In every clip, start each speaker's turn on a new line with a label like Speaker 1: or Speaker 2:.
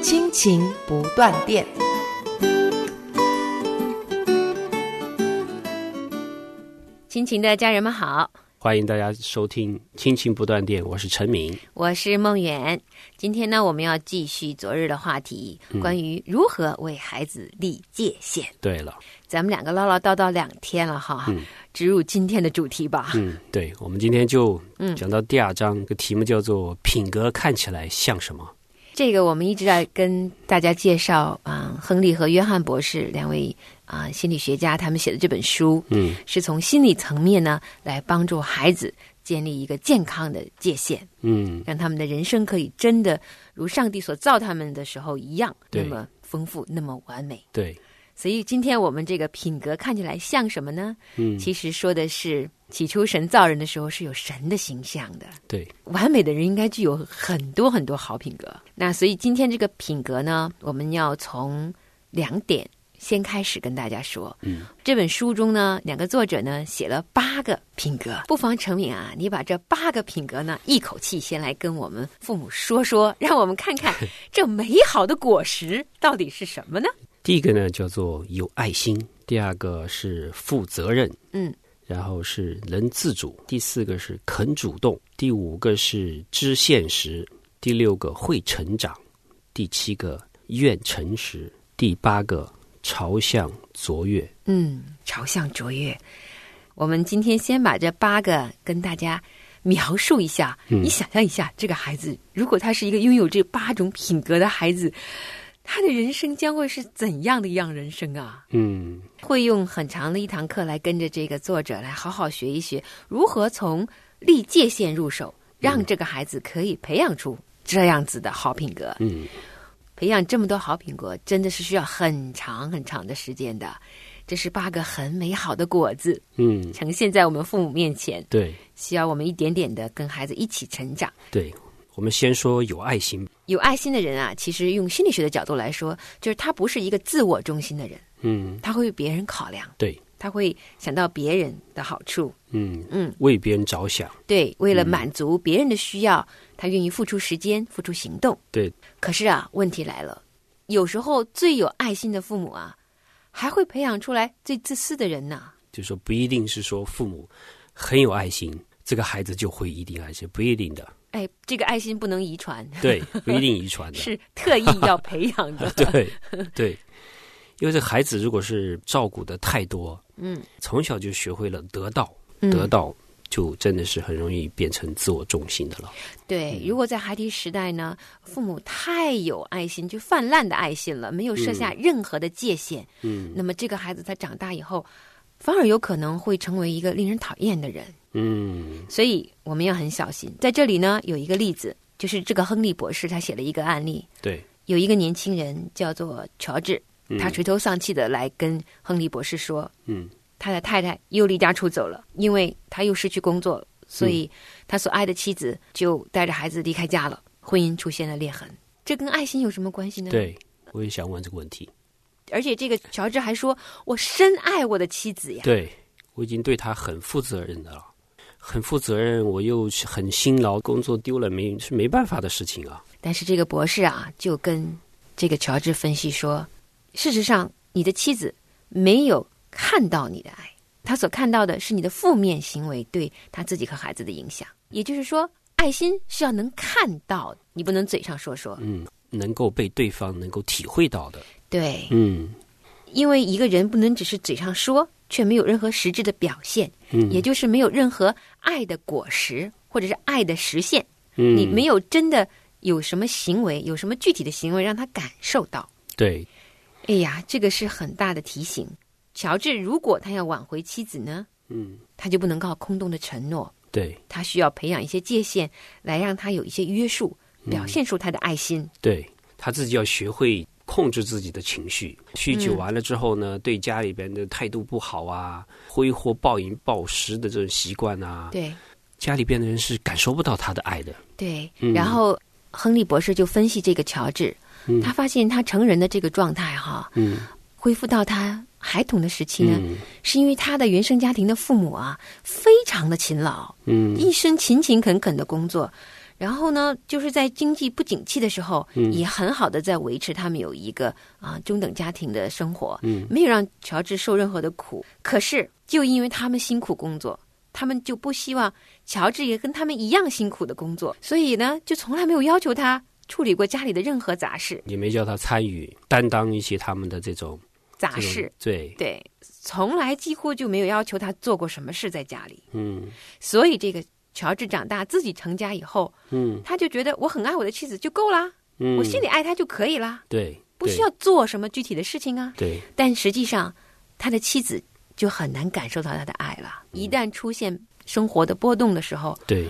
Speaker 1: 亲情不断电。
Speaker 2: 亲情的家人们好，
Speaker 3: 欢迎大家收听《亲情不断电》，我是陈明。
Speaker 2: 我是梦远。今天呢，我们要继续昨日的话题，关于如何为孩子立界限。
Speaker 3: 嗯对了，
Speaker 2: 咱们两个唠唠叨叨两天了哈，植入今天的主题吧。
Speaker 3: 嗯，对，我们今天就讲到第二章，个题目叫做“品格看起来像什么
Speaker 2: 这个我们一直在跟大家介绍啊、亨利和约翰博士两位啊、心理学家他们写的这本书，
Speaker 3: 嗯，
Speaker 2: 是从心理层面呢来帮助孩子建立一个健康的界限，”。
Speaker 3: 嗯，
Speaker 2: 让他们的人生可以真的如上帝所造他们的时候一样，那
Speaker 3: 对
Speaker 2: 么丰富，那么完美。
Speaker 3: 对，
Speaker 2: 所以今天我们这个品格看起来像什么呢？
Speaker 3: 嗯，
Speaker 2: 其实说的是起初神造人的时候是有神的形象的，
Speaker 3: 对，
Speaker 2: 完美的人应该具有很多很多好品格。那所以今天这个品格呢，我们要从两点先开始跟大家说。
Speaker 3: 嗯，
Speaker 2: 这本书中呢，两个作者呢写了八个品格，不妨陈敏啊，你把这八个品格呢一口气先来跟我们父母说说，让我们看看这美好的果实到底是什么呢？
Speaker 3: 第一个呢叫做有爱心，第二个是负责任，
Speaker 2: 嗯，
Speaker 3: 然后是能自主，第四个是肯主动，第五个是知现实，第六个会成长，第七个愿诚实，第八个朝向卓越。
Speaker 2: 嗯，朝向卓越。我们今天先把这八个跟大家描述一下。你想象一下，这个孩子如果他是一个拥有这八种品格的孩子，他的人生将会是怎样的一样人生啊？
Speaker 3: 嗯，
Speaker 2: 会用很长的一堂课来跟着这个作者来好好学一学，如何从立界限入手，让这个孩子可以培养出这样子的好品格。
Speaker 3: 嗯，
Speaker 2: 培养这么多好品格，真的是需要很长很长的时间的。这是八个很美好的果子，
Speaker 3: 嗯，
Speaker 2: 呈现在我们父母面前，
Speaker 3: 对
Speaker 2: 需要我们一点点的跟孩子一起成长。
Speaker 3: 对，我们先说有爱心。
Speaker 2: 有爱心的人啊，其实用心理学的角度来说，就是他不是一个自我中心的人，
Speaker 3: 嗯，
Speaker 2: 他会为别人考量，
Speaker 3: 对，
Speaker 2: 他会想到别人的好处，
Speaker 3: 嗯
Speaker 2: 嗯，
Speaker 3: 为别人着想，
Speaker 2: 对，为
Speaker 3: 嗯
Speaker 2: 了满足别人的需要，他愿意付出时间，付出行动。
Speaker 3: 对，
Speaker 2: 可是啊，问题来了，有时候最有爱心的父母啊，还会培养出来最自私的人呐、
Speaker 3: 就是说不一定是说父母很有爱心，这个孩子就会一定爱心，不一定的，
Speaker 2: 哎，这个爱心不能遗传，
Speaker 3: 对，不一定遗传的，。
Speaker 2: 是特意要培养的
Speaker 3: 对对，因为这孩子如果是照顾的太多，
Speaker 2: 嗯，
Speaker 3: 从小就学会了得到，
Speaker 2: 嗯
Speaker 3: 得到就真的是很容易变成自我中心的了。
Speaker 2: 对，
Speaker 3: 嗯
Speaker 2: 如果在孩提时代呢，父母太有爱心，就泛滥的爱心了，没有设下任何的界限，
Speaker 3: 嗯
Speaker 2: 那么这个孩子他长大以后，反而有可能会成为一个令人讨厌的人。
Speaker 3: 嗯
Speaker 2: 所以我们要很小心。在这里呢，有一个例子，就是这个亨利博士他写了一个案例，
Speaker 3: 对，
Speaker 2: 有一个年轻人叫做乔治，
Speaker 3: 嗯
Speaker 2: 他垂头丧气的来跟亨利博士说，
Speaker 3: 嗯
Speaker 2: 他的太太又离家出走了，因为他又失去工作，
Speaker 3: 嗯
Speaker 2: 所以他所爱的妻子就带着孩子离开家了，婚姻出现了裂痕。这跟爱心有什么关系呢？，
Speaker 3: 对，我也想问这个问题。
Speaker 2: 而且这个乔治还说：“我深爱我的妻子呀。”
Speaker 3: 对，我已经对他很负责任的了，很负责任，我又是很辛劳，工作丢了没是没办法的事情啊。
Speaker 2: 但是这个博士啊，就跟这个乔治分析说，事实上你的妻子没有看到你的爱，她所看到的是你的负面行为对她自己和孩子的影响。也就是说，爱心是要能看到的，你不能嘴上说说。
Speaker 3: 嗯，能够被对方能够体会到的，
Speaker 2: 对，
Speaker 3: 嗯
Speaker 2: 因为一个人不能只是嘴上说，却没有任何实质的表现，
Speaker 3: 嗯，
Speaker 2: 也就是没有任何爱的果实或者是爱的实现。
Speaker 3: 嗯
Speaker 2: 你没有真的有什么行为，有什么具体的行为让他感受到。
Speaker 3: 对，
Speaker 2: 哎呀，这个是很大的提醒。乔治如果他要挽回妻子呢，
Speaker 3: 嗯
Speaker 2: 他就不能靠空洞的承诺，
Speaker 3: 对
Speaker 2: 他
Speaker 3: 嗯
Speaker 2: 需要培养一些界限，来让他有一些约束，表现出他的爱心。
Speaker 3: 对，
Speaker 4: 他自己要学会控制自己的情绪。酗酒完了之后
Speaker 2: 嗯
Speaker 4: 呢，对家里边的态度不好啊，挥霍暴饮暴食的这种习惯啊，
Speaker 2: 对
Speaker 4: 家里边的人是感受不到他的爱的。
Speaker 2: 对、
Speaker 4: 嗯
Speaker 2: 然后亨利博士就分析这个乔治，
Speaker 4: 嗯
Speaker 2: 他发现他成人的这个状态哈，
Speaker 4: 嗯
Speaker 2: 恢复到他孩童的时期呢，
Speaker 4: 嗯
Speaker 2: 是因为他的原生家庭的父母啊，非常的勤劳，
Speaker 4: 嗯
Speaker 2: 一生勤勤恳恳的工作，然后呢，就是在经济不景气的时候，
Speaker 4: 嗯
Speaker 2: 也很好的在维持他们有一个啊、中等家庭的生活，
Speaker 4: 嗯
Speaker 2: 没有让乔治受任何的苦。可是，就因为他们辛苦工作，他们就不希望乔治也跟他们一样辛苦的工作，所以呢，就从来没有要求他处理过家里的任何杂事，
Speaker 4: 也没叫他参与担当一些他们的这种
Speaker 2: 杂
Speaker 4: 这
Speaker 2: 事
Speaker 4: 种，对，
Speaker 2: 对，从来几乎就没有要求他做过什么事在家里。
Speaker 4: 嗯
Speaker 2: 所以这个乔治长大自己成家以后，
Speaker 4: 嗯
Speaker 2: 他就觉得我很爱我的妻子就够啦，
Speaker 4: 嗯，
Speaker 2: 我心里爱她就可以啦，
Speaker 4: 对
Speaker 2: 不需要做什么具体的事情啊。
Speaker 4: 对
Speaker 2: 但实际上，他的妻子就很难感受到他的爱了。
Speaker 4: 嗯
Speaker 2: 一旦出现生活的波动的时候，
Speaker 4: 对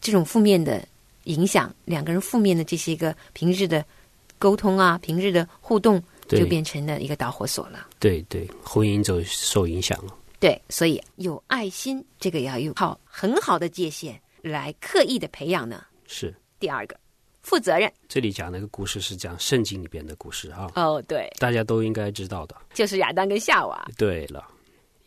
Speaker 2: 这种负面的影响，两个人负面的这些个平日的沟通啊，平日的互动，
Speaker 4: 对
Speaker 2: 就变成了一个导火索了。
Speaker 4: 对对，婚姻就受影响了。
Speaker 2: 对，所以有爱心这个要有靠很好的界限来刻意的培养呢。
Speaker 4: 是
Speaker 2: 第二个，负责任。
Speaker 4: 这里讲那个故事是讲圣经里边的故事啊，
Speaker 2: 哦，对，
Speaker 4: 大家都应该知道的。
Speaker 2: 就是亚当跟夏娃。
Speaker 4: 对了，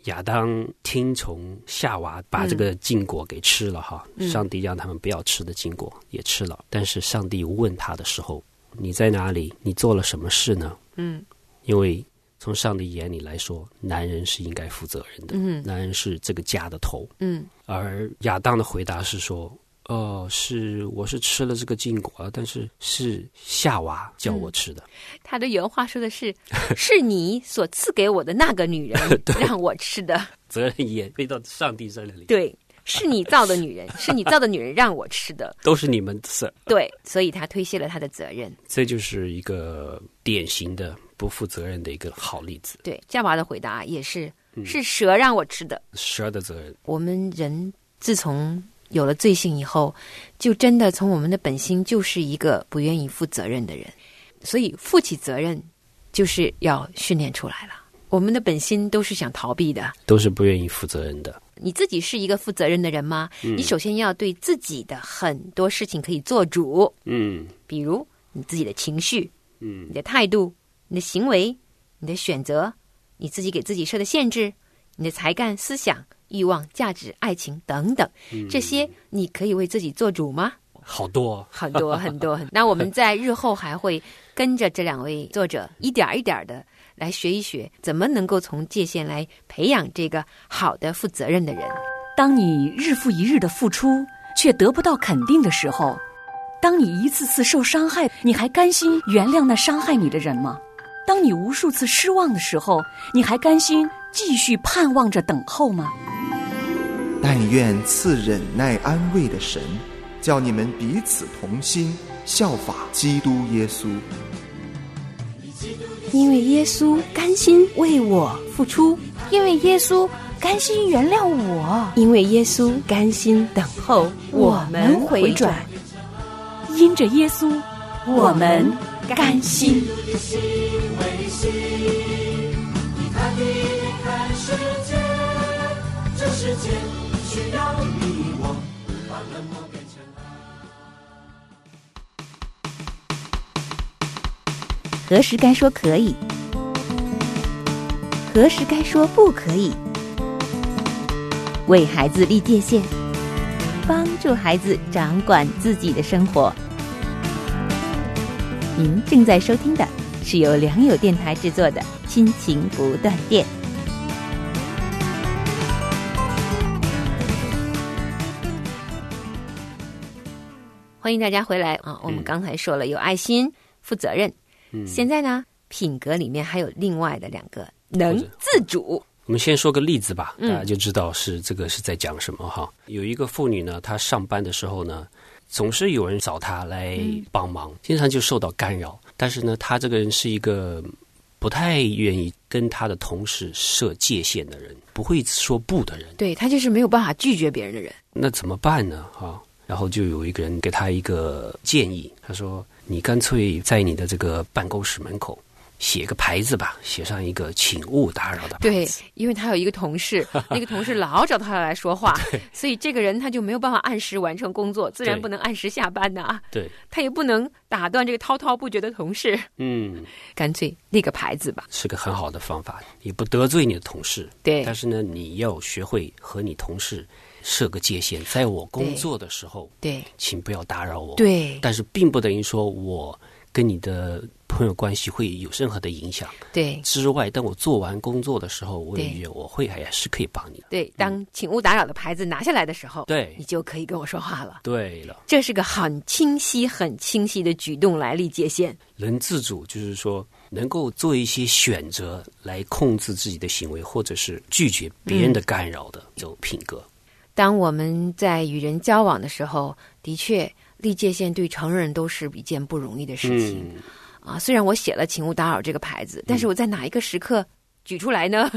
Speaker 4: 亚当听从夏娃，把这个禁果给吃了哈。
Speaker 2: 嗯
Speaker 4: 上帝让他们不要吃的禁果也吃了，但是上帝问他的时候，你在哪里？你做了什么事呢？
Speaker 2: 嗯
Speaker 4: 因为从上帝眼里来说，男人是应该负责任的，
Speaker 2: 嗯
Speaker 4: 男人是这个家的头。
Speaker 2: 嗯
Speaker 4: 而亚当的回答是说。哦，是，我是吃了这个禁果了，但是是夏娃叫我吃的。，
Speaker 2: 他的原话说的是：“ 是你所赐给我的那个女人 让我吃的，
Speaker 4: 责任也归到上帝这里，
Speaker 2: 对，是你造的女 人，是你造的女人让我吃的，
Speaker 4: 都是你们的事儿。
Speaker 2: 对。”所以他推卸了他的责任。
Speaker 4: 这就是一个典型的不负责任的一个好例子，
Speaker 2: 对夏娃的回答也是：“是蛇让我吃的。
Speaker 4: 蛇的责任。”
Speaker 2: 我们人自从有了罪性以后，就真的从我们的本心就是一个不愿意负责任的人，所以负起责任就是要训练出来了。我们的本心都是想逃避的，
Speaker 4: 都是不愿意负责任的。
Speaker 2: 你自己是一个负责任的人吗？你首先要对自己的很多事情可以做主，
Speaker 4: 嗯
Speaker 2: 比如你自己的情绪、
Speaker 4: 嗯
Speaker 2: 你的态度、你的行为、你的选择，你自己给自己设的限制，你的才干、思想、欲望、价值、爱情等等，这些你可以为自己做主吗？
Speaker 4: 好多、哦、
Speaker 2: 很多很多很。那我们在日后还会跟着这两位作者一点儿一点儿的来学一学，怎么能够从界限来培养这个好的负责任的人。
Speaker 5: 当你日复一日的付出却得不到肯定的时候，当你一次次受伤害，你还甘心原谅那伤害你的人吗？当你无数次失望的时候，你还甘心继续盼望着等候吗？
Speaker 6: 但愿赐忍耐安慰的神，叫你们彼此同心，效法基督耶稣。
Speaker 7: 因为耶稣甘心为我付出，
Speaker 8: 因为耶稣甘心原谅我，
Speaker 7: 因为耶稣甘心等候
Speaker 5: 我们回转。因着耶稣，我们甘心。
Speaker 9: 何时该说可以，何时该说不可以，为孩子立界限，帮助孩子掌管自己的生活。您正在收听的是由良友电台制作的《亲情不断电》。
Speaker 2: 欢迎大家回来啊！我们
Speaker 4: 嗯
Speaker 2: 刚才说了有爱心、负责任，
Speaker 4: 嗯，
Speaker 2: 现在呢，品格里面还有另外的两个能
Speaker 4: 或者
Speaker 2: 自主。
Speaker 4: 我们先说个例子吧，大
Speaker 2: 嗯
Speaker 4: 家就知道是这个是在讲什么哈。有一个妇女呢，她上班的时候呢，总是有人找她来帮忙，
Speaker 2: 嗯
Speaker 4: 经常就受到干扰。但是呢，她这个人是一个不太愿意跟她的同事设界限的人，不会说不的人。
Speaker 2: 对他就是没有办法拒绝别 人的人。
Speaker 4: 那怎么办呢？哈、然后就有一个人给他一个建议，他说：“你干脆在你的这个办公室门口写个牌子吧，写上一个“请勿打扰”的。
Speaker 2: 对，因为他有一个同事， 那个同事老找他来说话，所以这个人他就没有办法按时完成工作，自然
Speaker 4: 对
Speaker 2: 不能按时下班呐、
Speaker 4: 对，
Speaker 2: 他也不能打断这个滔滔不绝的同事，
Speaker 4: 嗯，
Speaker 2: 干脆立个牌子吧。
Speaker 4: 是个很好的方法，也不得罪你的同事。
Speaker 2: 对
Speaker 4: 但是呢，你要学会和你同事设个界限，在我工作的时候，
Speaker 2: 对，
Speaker 4: 请不要打扰我。
Speaker 2: 对
Speaker 4: 但是并不等于说我跟你的朋友关系会有任何的影响。
Speaker 2: 对
Speaker 4: 之外，当我做完工作的时候，我
Speaker 2: 对
Speaker 4: 也我会还是可以帮你的。
Speaker 2: 对，当“请勿打扰”的牌子拿下来的时候，
Speaker 4: 对
Speaker 2: 你就可以跟我说话了。
Speaker 4: 对了，
Speaker 2: 这是个很清晰、很清晰的举动来立界限。
Speaker 4: 人自主就是说能够做一些选择来控制自己的行为，或者是拒绝别
Speaker 2: 嗯
Speaker 4: 人的干扰的这种品格。
Speaker 2: 当我们在与人交往的时候，的确立界限对成人都是一件不容易的事情、
Speaker 4: 嗯
Speaker 2: 啊。虽然我写了“请勿打扰”这个牌子，但是我在哪一个时刻举出来呢？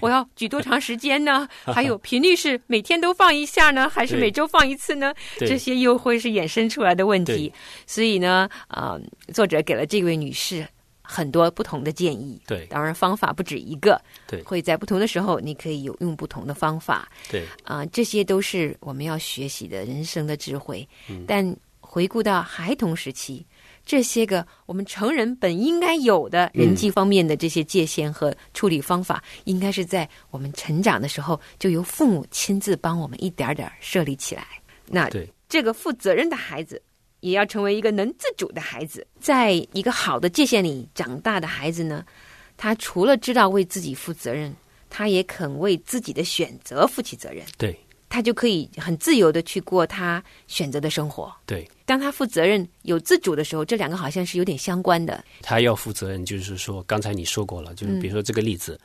Speaker 2: 我要举多长时间呢？还有频率是每天都放一下呢，还是
Speaker 10: 对
Speaker 2: 每周放一次呢？
Speaker 10: 对
Speaker 2: 这些又会是衍生出来的问题
Speaker 10: 对。
Speaker 2: 所以呢，啊、作者给了这位女士很多不同的建议。
Speaker 4: 对
Speaker 2: 当然方法不止一个。
Speaker 4: 对
Speaker 2: 会在不同的时候，你可以有用不同的方法。
Speaker 4: 对，
Speaker 2: 啊、这些都是我们要学习的人生的智慧。
Speaker 4: 嗯
Speaker 2: 但回顾到孩童时期，这些个我们成人本应该有的人际方面的这些界限和处理方法，应该是在我们成长的时候，就由父母亲自帮我们一点儿点儿设立起来。那
Speaker 4: 对
Speaker 2: 这个负责任的孩子，也要成为一个能自主的孩子。在一个好的界限里长大的孩子呢，他除了知道为自己负责任，他也肯为自己的选择负起责任，
Speaker 4: 对
Speaker 2: 他就可以很自由的去过他选择的生活。
Speaker 4: 对，
Speaker 2: 当他负责任、有自主的时候，这两个好像是有点相关的。
Speaker 4: 他要负责任，就是说刚才你说过了，就是
Speaker 2: 嗯
Speaker 4: 比如说这个例子，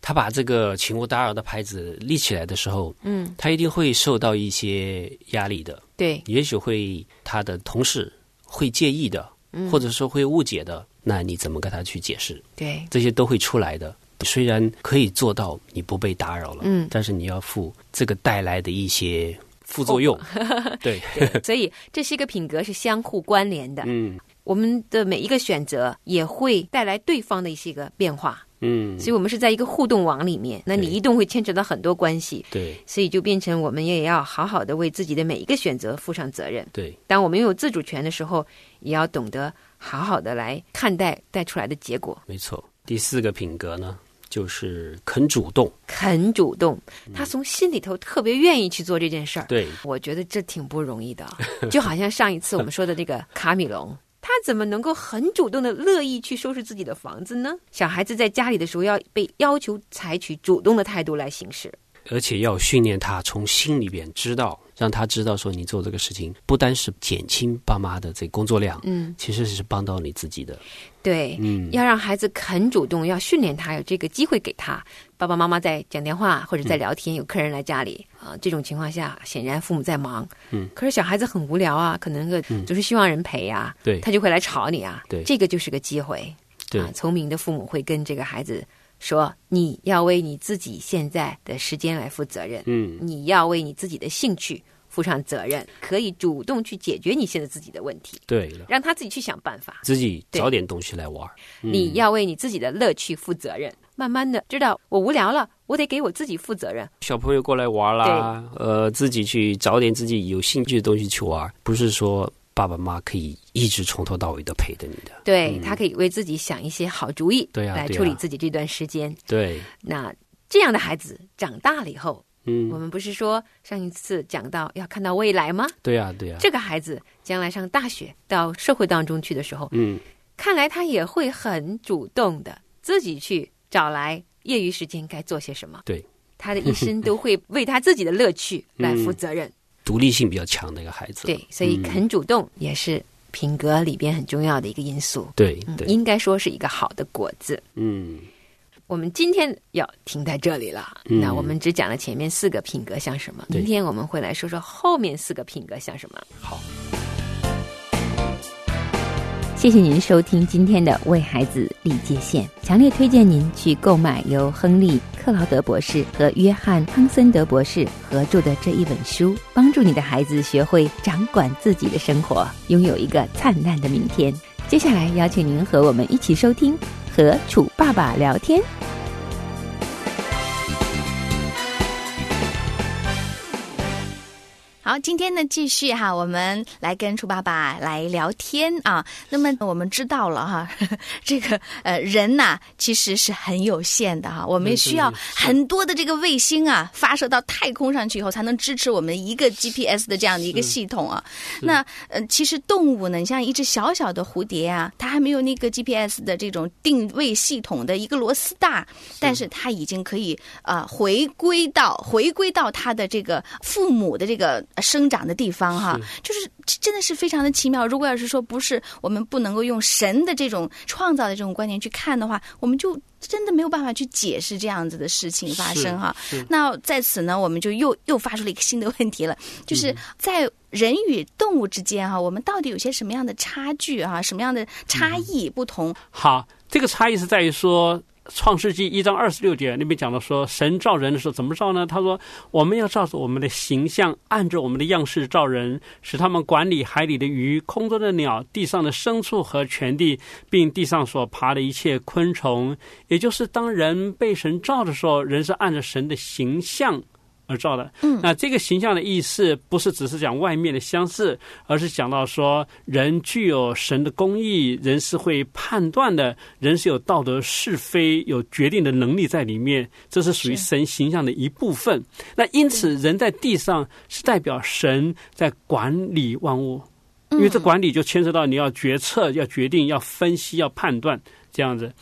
Speaker 4: 他把这个“请勿打扰”的牌子立起来的时候，
Speaker 2: 嗯
Speaker 4: 他一定会受到一些压力的，
Speaker 2: 对
Speaker 4: 也许会他的同事会介意的，
Speaker 2: 嗯
Speaker 4: 或者说会误解的，那你怎么跟他去解释？
Speaker 2: 对
Speaker 4: 这些都会出来的。虽然可以做到你不被打扰了，
Speaker 2: 嗯
Speaker 4: 但是你要负这个带来的一些副作用， 对，
Speaker 2: 所以这是一个品格是相互关联的。
Speaker 4: 嗯
Speaker 2: 我们的每一个选择也会带来对方的一些个变化，
Speaker 4: 嗯，
Speaker 2: 所以我们是在一个互动网里面，那你一动会牵扯到很多关系，
Speaker 4: 对
Speaker 2: 所以就变成我们也要好好的为自己的每一个选择负上责任。
Speaker 4: 对
Speaker 2: 当我们拥有自主权的时候，也要懂得好好的来看待带出来的结果。
Speaker 4: 没错。第四个品格呢，就是肯主动，
Speaker 2: 肯主动，他从心里头特别愿意去做这件事儿。
Speaker 4: 嗯对
Speaker 2: 我觉得这挺不容易的，啊就好像上一次我们说的那个卡米 隆。他怎么能够很主动的乐意去收拾自己的房子呢？小孩子在家里的时候要被要求采取主动的态度来行事。
Speaker 4: 而且要训练他从心里边知道，让他知道说你做这个事情不单是减轻爸妈的这工作量，
Speaker 2: 嗯
Speaker 4: 其实是帮到你自己的，
Speaker 2: 对，
Speaker 4: 嗯
Speaker 2: 要让孩子肯主动，要训练他有这个机会给他。爸爸妈妈在讲电话或者在聊
Speaker 4: 嗯
Speaker 2: 天，有客人来家里啊、这种情况下，显然父母在忙，
Speaker 4: 嗯
Speaker 2: 可是小孩子很无聊啊，可能个
Speaker 4: 嗯
Speaker 2: 总是希望人陪啊呀、
Speaker 4: 对
Speaker 2: 他就会来吵你啊，
Speaker 4: 对
Speaker 2: 这个就是个机会。
Speaker 4: 对
Speaker 2: 啊，聪明的父母会跟这个孩子说，你要为你自己现在的时间来负责任，
Speaker 4: 嗯
Speaker 2: 你要为你自己的兴趣负上责任，可以主动去解决你现在自己的问题，
Speaker 4: 对了，
Speaker 2: 让他自己去想办法。
Speaker 4: 自己
Speaker 2: 对
Speaker 4: 找点东西来玩儿，嗯
Speaker 2: 你要为你自己的乐趣负责任。慢慢的，知道我无聊了，我得给我自己负责任。
Speaker 4: 小朋友过来玩啦，呃，自己去找点自己有兴趣的东西去玩，不是说爸爸妈妈可以一直从头到尾都陪着你的。
Speaker 2: 对、他可以为自己想一些好主意，
Speaker 4: 嗯对呀啊
Speaker 2: 来
Speaker 4: 对
Speaker 2: 处理
Speaker 4: 呀
Speaker 2: 自己这段时间。
Speaker 4: 对，
Speaker 2: 那这样的孩子长大了以后，
Speaker 4: 嗯
Speaker 2: 我们不是说上一次讲到要看到未来吗？
Speaker 4: 对呀、对呀、啊
Speaker 2: 这个孩子将来上大学到社会当中去的时候，
Speaker 4: 嗯，
Speaker 2: 看来他也会很主动的自己去找来业余时间该做些什么。
Speaker 4: 对，
Speaker 2: 他的一生都会为他自己的 乐趣来负责任。
Speaker 4: 独立性比较强的一个孩子。
Speaker 2: 对，所以
Speaker 4: 嗯
Speaker 2: 肯主动也是品格里边很重要的一个因素。
Speaker 4: 对
Speaker 2: 嗯
Speaker 4: 对
Speaker 2: 应该说是一个好的果子。
Speaker 4: 嗯，
Speaker 2: 我们今天要停在这里了。
Speaker 4: 嗯
Speaker 2: 那我们只讲了前面四个品格像什么，
Speaker 4: 对
Speaker 2: 明天我们会来说说后面四个品格像什么。
Speaker 4: 好。
Speaker 11: 谢谢您收听今天的《为孩子立界线》，强烈推荐您去购买由亨利·克劳德博士和约翰·康森德博士合著的这一本书，帮助你的孩子学会掌管自己的生活，拥有一个灿烂的明天。接下来，邀请您和我们一起收听和楚爸爸聊天。
Speaker 7: 好，今天呢，继续哈，我们来跟楚爸爸来聊天啊。那么我们知道了哈， 呵呵这个呃人呐、其实是很有限的哈，我们
Speaker 12: 对
Speaker 7: 需要
Speaker 12: 嗯对是
Speaker 7: 很多的这个卫星啊发射到太空上去以后，才能支持我们一个 GPS 的这样的一个
Speaker 12: 是
Speaker 7: 系统啊。
Speaker 12: 嗯是
Speaker 7: 那呃，其实动物呢，你像一只小小的蝴蝶啊，它还没有那个 GPS 的这种定位系统的一个螺丝大，但是它已经可以呃回归到回归到它的这个父母的这个呃生长的地方哈，就是这真的是非常的奇妙。如果要是说不是我们不能够用神的这种创造的这种观念去看的话，我们就。真的没有办法去解释这样子的事情发生哈，
Speaker 12: 是是
Speaker 7: 那在此呢，我们就又又发出了一个新的问题了，
Speaker 4: 嗯
Speaker 7: 就是在人与动物之间哈、我们到底有些什么样的差距啊，什么样的差
Speaker 4: 嗯
Speaker 7: 异不同？
Speaker 4: 好，这个差异是在于说，《创世纪》一章二十六节那边讲到说，神造人的时候怎么造呢？他说，我们要照着我们的形象，按照我们的样式造人，使他们管理海里的鱼、空中的鸟、地上的牲畜和全地，并地上所爬的一切昆虫。也就是当人被神造的时候，人是按照神的形象。而造的，嗯，那这个形象的意思不是只是讲外面的相似，而是讲到说人具有神的公义，人是会判断的，人是有道德呃是非、有决定的能力在里面，这是属于神形象的一部分。那因此，人在地上是代表神在管理万物，因为这管理就牵涉到你哦要决策、要决定、要分析、要判断这样子。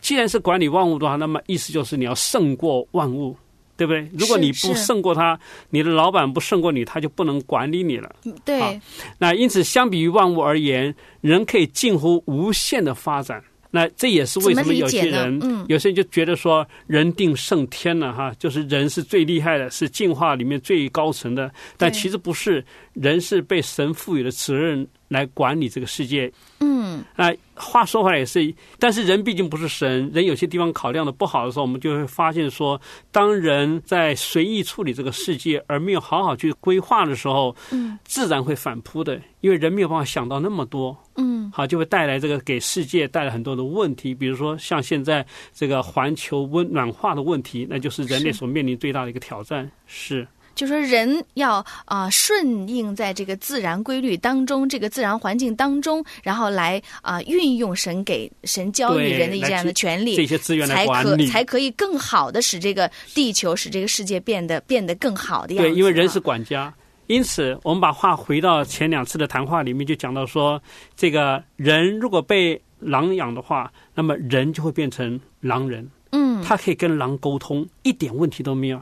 Speaker 4: 既然是管理万物的话，那么意思就是你要胜过万物。对不对？如果
Speaker 7: 是
Speaker 4: 你不
Speaker 7: 是
Speaker 4: 胜过他，你的老板不胜过你，他就不能管理你了。啊
Speaker 7: 对，
Speaker 4: 那因此，相比于万物而言，人可以近乎无限的发展。那这也是为什
Speaker 7: 怎么
Speaker 4: 么
Speaker 7: 理
Speaker 4: 有
Speaker 7: 解
Speaker 4: 些
Speaker 7: 呢
Speaker 4: 人，
Speaker 7: 嗯
Speaker 4: 有些人就觉得说人定胜天了哈，就是人是最厉害的，是进化里面最高层的。但
Speaker 7: 对
Speaker 4: 其实不是，人是被神赋予的责任来管理这个世界。
Speaker 7: 嗯，
Speaker 4: 那话说回来也是，但是人毕竟不是神，人有些地方考量的不好的时候，我们就会发现说，当人在随意处理这个世界而没有好好去规划的时候，
Speaker 7: 嗯，
Speaker 4: 自然会反扑的，因为人没有办法想到那么多。
Speaker 7: 嗯，
Speaker 4: 好，就会带来这个给世界带来很多的问题，比如说像现在这个环球温暖化的问题，那就是人类
Speaker 7: 是
Speaker 4: 所面临最大的一个挑战。是，
Speaker 7: 就说人要啊、呃顺应在这个自然规律当中，这个自然环境当中，然后来啊、运用神给神教育
Speaker 4: 对
Speaker 7: 人的这样的权利，
Speaker 4: 来这些资源来
Speaker 7: 才
Speaker 4: 管
Speaker 7: 可
Speaker 4: 理
Speaker 7: 才可以更好的使这个地球使这个世界变得变得更好的样子啊。
Speaker 4: 对，因为人是管家，因此我们把话回到前两次的谈话里面，就讲到说，这个人如果被狼养的话，那么人就会变成狼人。
Speaker 7: 嗯
Speaker 4: 他可以跟狼沟通，一点问题都没有。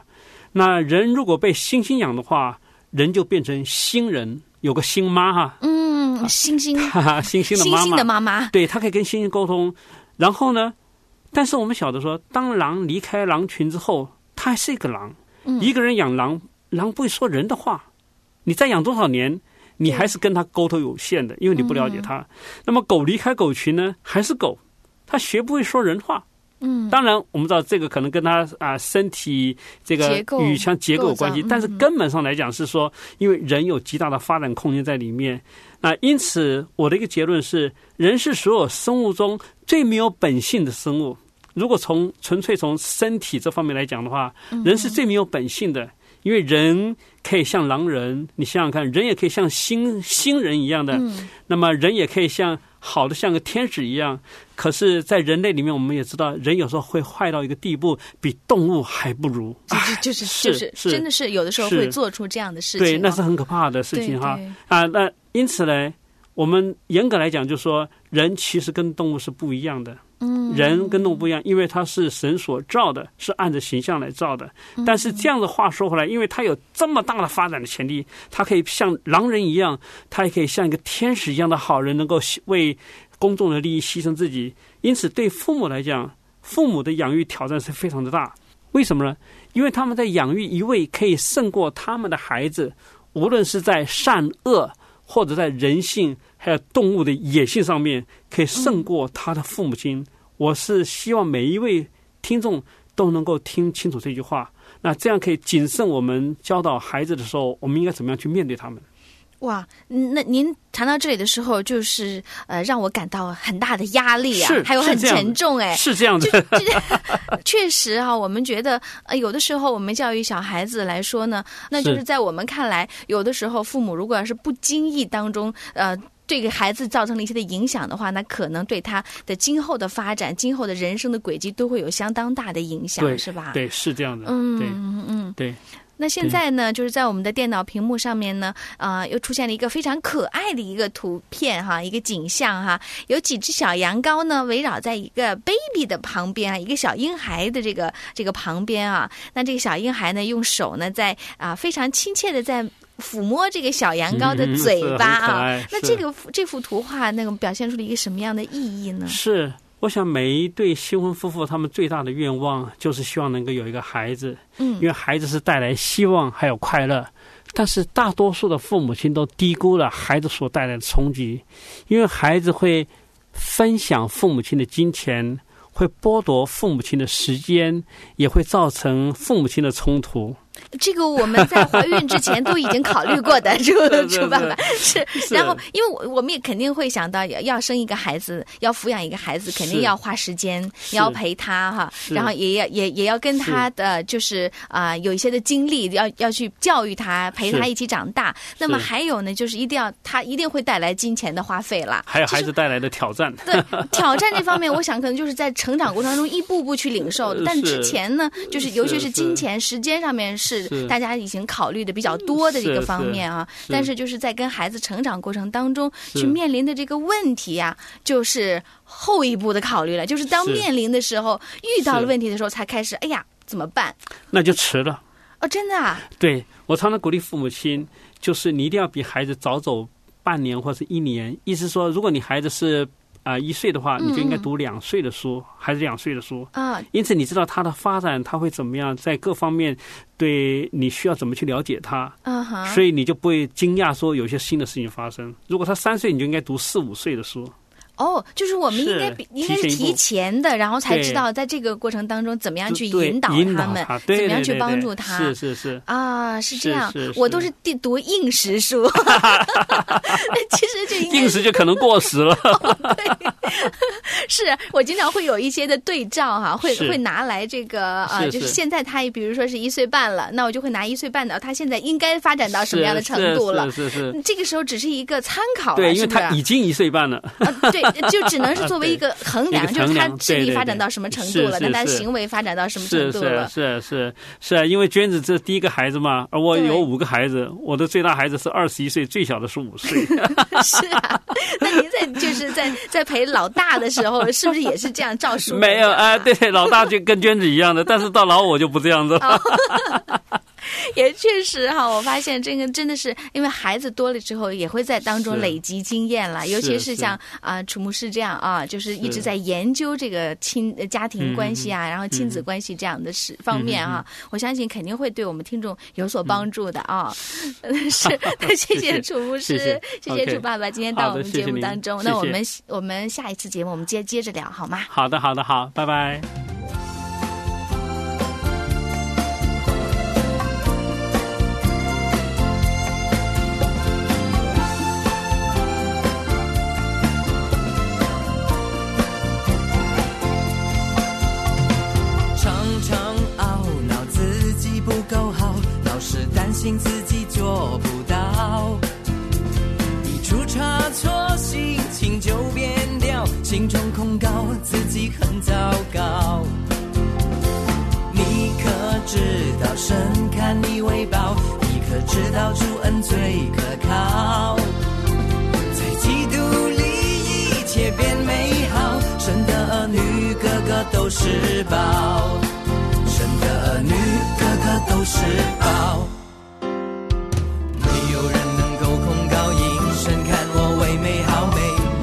Speaker 4: 那人如果被猩猩养的话，人就变成猩人，有个猩妈哈，啊
Speaker 7: 嗯，星星
Speaker 4: 哈哈，猩猩的妈妈，
Speaker 7: 星星的妈妈
Speaker 4: 对，他可以跟猩猩沟通。然后呢，但是我们晓得说，当狼离开狼群之后，它还是一个狼。
Speaker 7: 嗯
Speaker 4: 一个人养狼，狼不会说人的话，你再养多少年，你还是跟它沟通有限
Speaker 7: 嗯
Speaker 4: 的，因为你不了解它。那么狗离开狗群呢，还是狗，它学不会说人话。
Speaker 7: 嗯，
Speaker 4: 当然，我们知道这个可能跟它啊、身体这个
Speaker 7: 结构
Speaker 4: 语腔结构有关
Speaker 7: 构
Speaker 4: 系
Speaker 7: 造，
Speaker 4: 但是根本上来讲是说，因为人有极大的发展空间在里面。那因此，我的一个结论是，人是所有生物中最没有本性的生物。如果从纯粹从身体这方面来讲的话，
Speaker 7: 嗯
Speaker 4: 人是最没有本性的，因为人可以像狼人，你想想看，人也可以像星星人一样的，
Speaker 13: 嗯
Speaker 4: 那么人也可以像好的像个天使一样。可是，在人类里面，我们也知道，人有时候会坏到一个地步，比动物还不如。
Speaker 7: 就是
Speaker 4: 是
Speaker 7: 就是
Speaker 4: 是
Speaker 7: 真的是有的时候会
Speaker 4: 是
Speaker 7: 做出这样的事情啊、
Speaker 4: 对，那是很可怕的事情哈
Speaker 7: 对对
Speaker 4: 啊！那因此呢，我们严格来讲，就说人其实跟动物是不一样的。
Speaker 7: 嗯
Speaker 4: 人跟动物不一样，因为它是神所造的，是按着形象来造的
Speaker 7: 嗯。
Speaker 4: 但是这样的话说回来，因为它有这么大的发展的潜力，它可以像狼人一样，它也可以像一个天使一样的好人，能够牺为公众的利益牺牲自己。因此，对父母来讲，父母的养育挑战是非常的大。为什么呢？因为他们在养育一位可以胜过他们的孩子，无论是在善恶或者在人性还有动物的野性上面，可以
Speaker 7: 嗯
Speaker 4: 胜过他的父母亲。我是希望每一位听众都能够听清楚这句话，那这样可以谨慎我们教导孩子的时候，我们应该怎么样去面对他们。
Speaker 7: 哇，嗯那您谈到这里的时候，就是呃，让我感到很大的压力啊
Speaker 4: 是，
Speaker 7: 还有很
Speaker 4: 是这样
Speaker 7: 沉重哎，
Speaker 4: 是这样的，
Speaker 7: 确实哈、我们觉得呃，有的时候我们教育小孩子来说呢，那就是
Speaker 13: 是
Speaker 7: 在我们看来，有的时候父母如果要是不经意当中呃。对给孩子造成了一些的影响的话，那可能对他的今后的发展、今后的人生的轨迹都会有相当大的影响，
Speaker 4: 对，
Speaker 7: 是吧？
Speaker 4: 对，是这样的，
Speaker 7: 嗯
Speaker 4: 对
Speaker 7: 嗯嗯。
Speaker 4: 对。
Speaker 7: 那现在呢，就是在我们的电脑屏幕上面呢，呃，又出现了一个非常可爱的一个图片哈，一个景象哈，有几只小羊羔呢围绕在一个 baby 的旁边啊，一个小婴孩的这个这个旁边啊。那这个小婴孩呢，用手呢在啊、非常亲切的在。抚摸这个小羊羔的
Speaker 4: 嗯
Speaker 7: 嘴
Speaker 4: 是很
Speaker 7: 巴
Speaker 4: 可
Speaker 7: 啊，
Speaker 4: 爱
Speaker 7: 那这
Speaker 4: 是
Speaker 7: 个这幅图画那个表现出了一个什么样的意义呢？
Speaker 4: 是，我想每一对新婚夫妇，他们最大的愿望就是希望能够有一个孩子，
Speaker 7: 嗯
Speaker 4: 因为孩子是带来希望还有快乐。但是大多数的父母亲都低估了孩子所带来的冲击，因为孩子会分享父母亲的金钱，会剥夺父母亲的时间，也会造成父母亲的冲突。
Speaker 7: 这个我们在怀孕之前都已经考虑过 的，朱
Speaker 4: 对
Speaker 7: 朱爸爸是。
Speaker 4: 是
Speaker 7: 然后，因为我我们也肯定会想到要要生一个孩子，要抚养一个孩子，肯定
Speaker 13: 是
Speaker 7: 要花时间，
Speaker 13: 是
Speaker 7: 也要陪他哈，
Speaker 13: 是
Speaker 7: 然后也要也也要跟他的就是啊、有一些的经历，要要去教育他，陪他
Speaker 4: 是
Speaker 7: 一起长大。那么
Speaker 4: 是
Speaker 7: 还有呢，就是一定要他一定会带来金钱的花费啦，
Speaker 4: 还有孩子带来的挑战，
Speaker 7: 对 挑战这方面，我想可能就是在成长过程中一步步去领受的。
Speaker 4: 呃
Speaker 7: 但之前呢，就是尤其是金钱、时间上面是
Speaker 13: 是
Speaker 7: 大家已经考虑的比较多的一个方面啊。
Speaker 13: 是是是
Speaker 7: 但是就是在跟孩子成长过程当中
Speaker 13: 是
Speaker 7: 去面临的这个问题呀、就是后一步的考虑了。就是当
Speaker 4: 是
Speaker 7: 面临的时候，遇到了
Speaker 4: 是
Speaker 7: 问题的时候，才开始，哎呀，怎么办？
Speaker 4: 那就迟了。
Speaker 7: 哦，真的啊，
Speaker 4: 对我常常鼓励父母亲，就是你一定要比孩子早走半年或是一年。意思说，如果你孩子是啊、一岁的话，
Speaker 7: 嗯
Speaker 4: 你就应该读两岁的书，孩子两岁的书。
Speaker 7: 啊，
Speaker 4: 因此，你知道他的发展，他会怎么样，在各方面对你需要怎么去了解他，
Speaker 7: 嗯哼，
Speaker 4: 所以你就不会惊讶说有些新的事情发生。如果他三岁，你就应该读四五岁的书。
Speaker 7: 哦，就是我们应该
Speaker 4: 是
Speaker 7: 比应该是
Speaker 4: 提前一步
Speaker 7: 提前的，然后才
Speaker 4: 对
Speaker 7: 知道在这个过程当中怎么样去
Speaker 4: 对
Speaker 7: 引导
Speaker 4: 引导
Speaker 7: 他们，
Speaker 4: 对
Speaker 7: 怎么样
Speaker 4: 对
Speaker 7: 去
Speaker 4: 对
Speaker 7: 帮
Speaker 4: 对
Speaker 7: 助他。
Speaker 4: 是是是，
Speaker 7: 啊，是这
Speaker 4: 是
Speaker 7: 样
Speaker 4: 是，
Speaker 7: 我
Speaker 4: 是
Speaker 7: 都是地读应时 书， 其实这应该
Speaker 4: 应时就可能过时了。
Speaker 7: 是我经常会有一些的对照哈、会
Speaker 4: 是
Speaker 7: 会拿来这个呃，
Speaker 4: 是
Speaker 7: 就是
Speaker 4: 是
Speaker 7: 现在他比如说是一岁半了，那我就会拿一岁半的，他现在应该发展到什么样的
Speaker 4: 是
Speaker 7: 程度了？嗯
Speaker 4: 是是是
Speaker 7: 这个时候只是一个参考了，
Speaker 4: 对，因
Speaker 7: 是
Speaker 4: 为
Speaker 7: 不是啊
Speaker 4: 他已经一岁半了。
Speaker 7: 对，就只 能是作为一个衡量，
Speaker 4: 一个
Speaker 7: 就是
Speaker 4: 衡
Speaker 7: 他
Speaker 4: 量
Speaker 7: 智
Speaker 4: 对
Speaker 7: 力
Speaker 4: 对
Speaker 7: 发展
Speaker 4: 对
Speaker 7: 到什么程度
Speaker 4: 是
Speaker 7: 了，
Speaker 4: 是
Speaker 7: 那他
Speaker 4: 是
Speaker 7: 行为发展到什么程
Speaker 4: 是
Speaker 7: 度
Speaker 4: 是
Speaker 7: 了。
Speaker 4: 是是是啊，因为娟子这第一个孩子嘛，而我
Speaker 7: 对
Speaker 4: 有五个孩子，我的最大孩子是二十一岁，最小的是 五岁。
Speaker 7: 是啊，那您在就是在在陪老大的时候，是不是也是这样照书？
Speaker 4: 没有啊，对，老大就跟娟子一样的，但是到老我就不这样子了。
Speaker 7: 也确实哈、我发现这个真的是因为孩子多了之后，也会在当中
Speaker 13: 是
Speaker 7: 累积经验了，
Speaker 13: 是
Speaker 7: 尤其是像
Speaker 13: 是
Speaker 7: 啊、楚牧师这样啊，就是一直
Speaker 13: 是
Speaker 7: 在研究这个亲呃家庭关系啊，
Speaker 13: 嗯嗯
Speaker 7: 然后亲子关系这样的事、方面啊，我相信肯定会对我们听众有所帮助的啊。 是，那谢
Speaker 13: 谢谢
Speaker 7: 楚牧
Speaker 13: 谢
Speaker 7: 师，
Speaker 13: 谢
Speaker 7: 谢
Speaker 13: OK
Speaker 7: 楚爸爸今天到
Speaker 4: 好
Speaker 7: 我
Speaker 4: 的
Speaker 7: 们
Speaker 4: 谢
Speaker 7: 节
Speaker 4: 谢
Speaker 7: 目
Speaker 4: 您
Speaker 7: 当中，
Speaker 4: 谢
Speaker 7: 那我
Speaker 4: 谢
Speaker 7: 们我们下一次节目我们接接着聊好吗？
Speaker 4: 好的，好的，好，拜拜。
Speaker 5: 常常懊恼自己不够好，老是担心自己做不到。一出差错，心情就变掉，心中控告自己很糟糕。你可知道神看你为宝？你可知道主恩最可靠？在基督里一切变美好，神的儿女个个都是宝，神的儿女个个都是宝。没有人能够控告因神看我为美好，没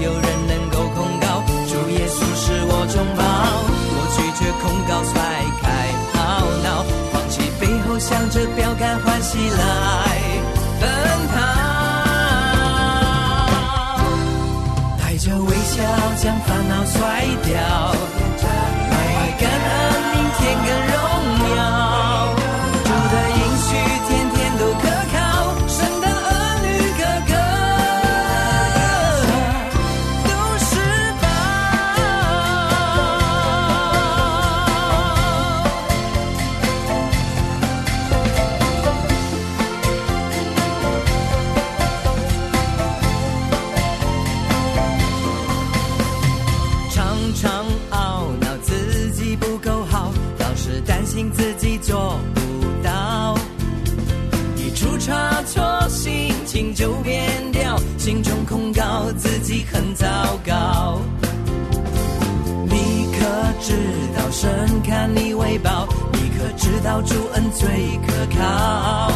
Speaker 5: 有人能够控告主耶稣是我中保。我拒绝控告，甩开懊恼，放弃背后向着标杆欢喜来奔跑。
Speaker 2: 脑衰掉。每感恩明天更荣耀，主的应许天天都可靠，神的儿女个个都是宝。常常懊恼自己不够好，老是担心自己做不到。一出差错，心情就变掉，心中控告自己很糟糕。你可知道神看你为宝？你可知道主恩最可靠？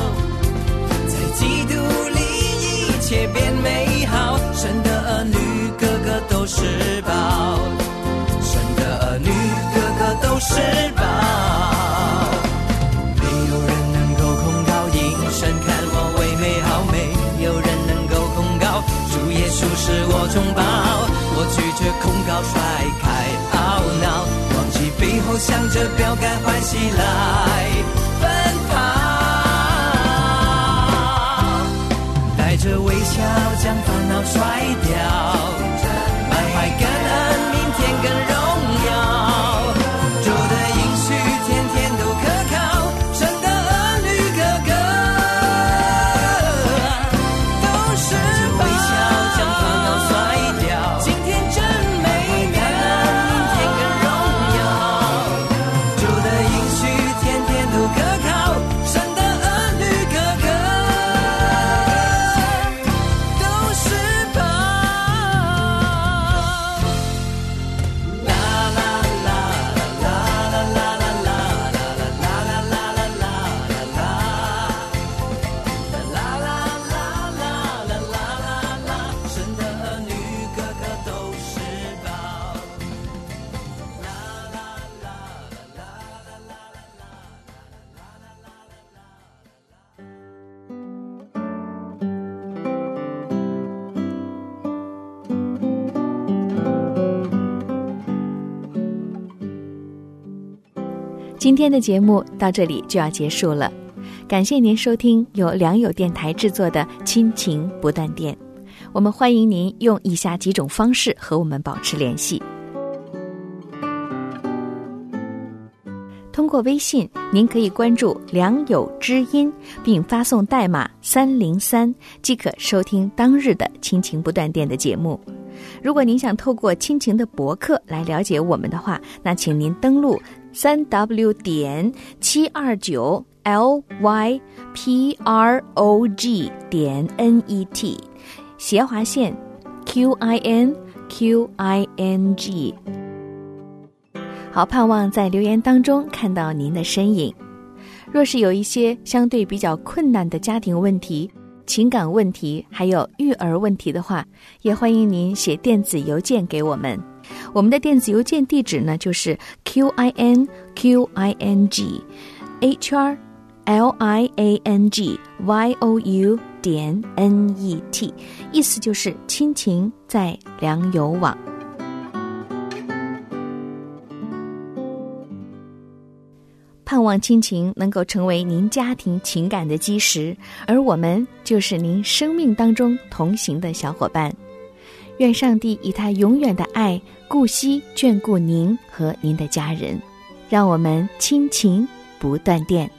Speaker 2: 在基督里一切变美好，神的儿女个个都是宝，神的儿女个个都是宝。没有人能够控告因神看我为美好，没有人能够控告主耶稣是我中保，我拒绝控告甩开懊恼，忘记背后向着标杆欢喜来奔跑。带着微笑将烦恼甩掉，满怀感恩，明天更荣耀。主的应许天天都可靠，神的儿女个个都是宝。微笑将烦恼甩掉，今天真美妙，明天更荣耀。主的应许天天都可靠，神的儿女个个都是宝。啦啦啦啦啦啦啦啦啦啦啦啦啦啦啦啦啦啦啦啦啦啦啦，神的儿女个个都是宝。
Speaker 7: 今天的节目到这里就要结束了，感谢您收听由良友电台制作的《亲情不断电》，我们欢迎您用以下几种方式和我们保持联系：通过微信，您可以关注“良友知音”，并发送代码三零三，即可收听当日的《亲情不断电》的节目。如果您想透过亲情的博客来了解我们的话，那请您登录三 w 点七二九 l y p r o g 点 n e t 斜划线 q i n q i n g。好，盼望在留言当中看到您的身影。若是有一些相对比较困难的家庭问题、情感问题，还有育儿问题的话，也欢迎您写电子邮件给我们。我们的电子邮件地址呢，就是 q i n q i n g h r l i a n g y o u 点 n e t，意思就是亲情在良友网。盼望亲情能够成为您家庭情感的基石，而我们就是您生命当中同行的小伙伴。愿上帝以他永远的爱顾惜眷顾您和您的家人，让我们亲情不断电。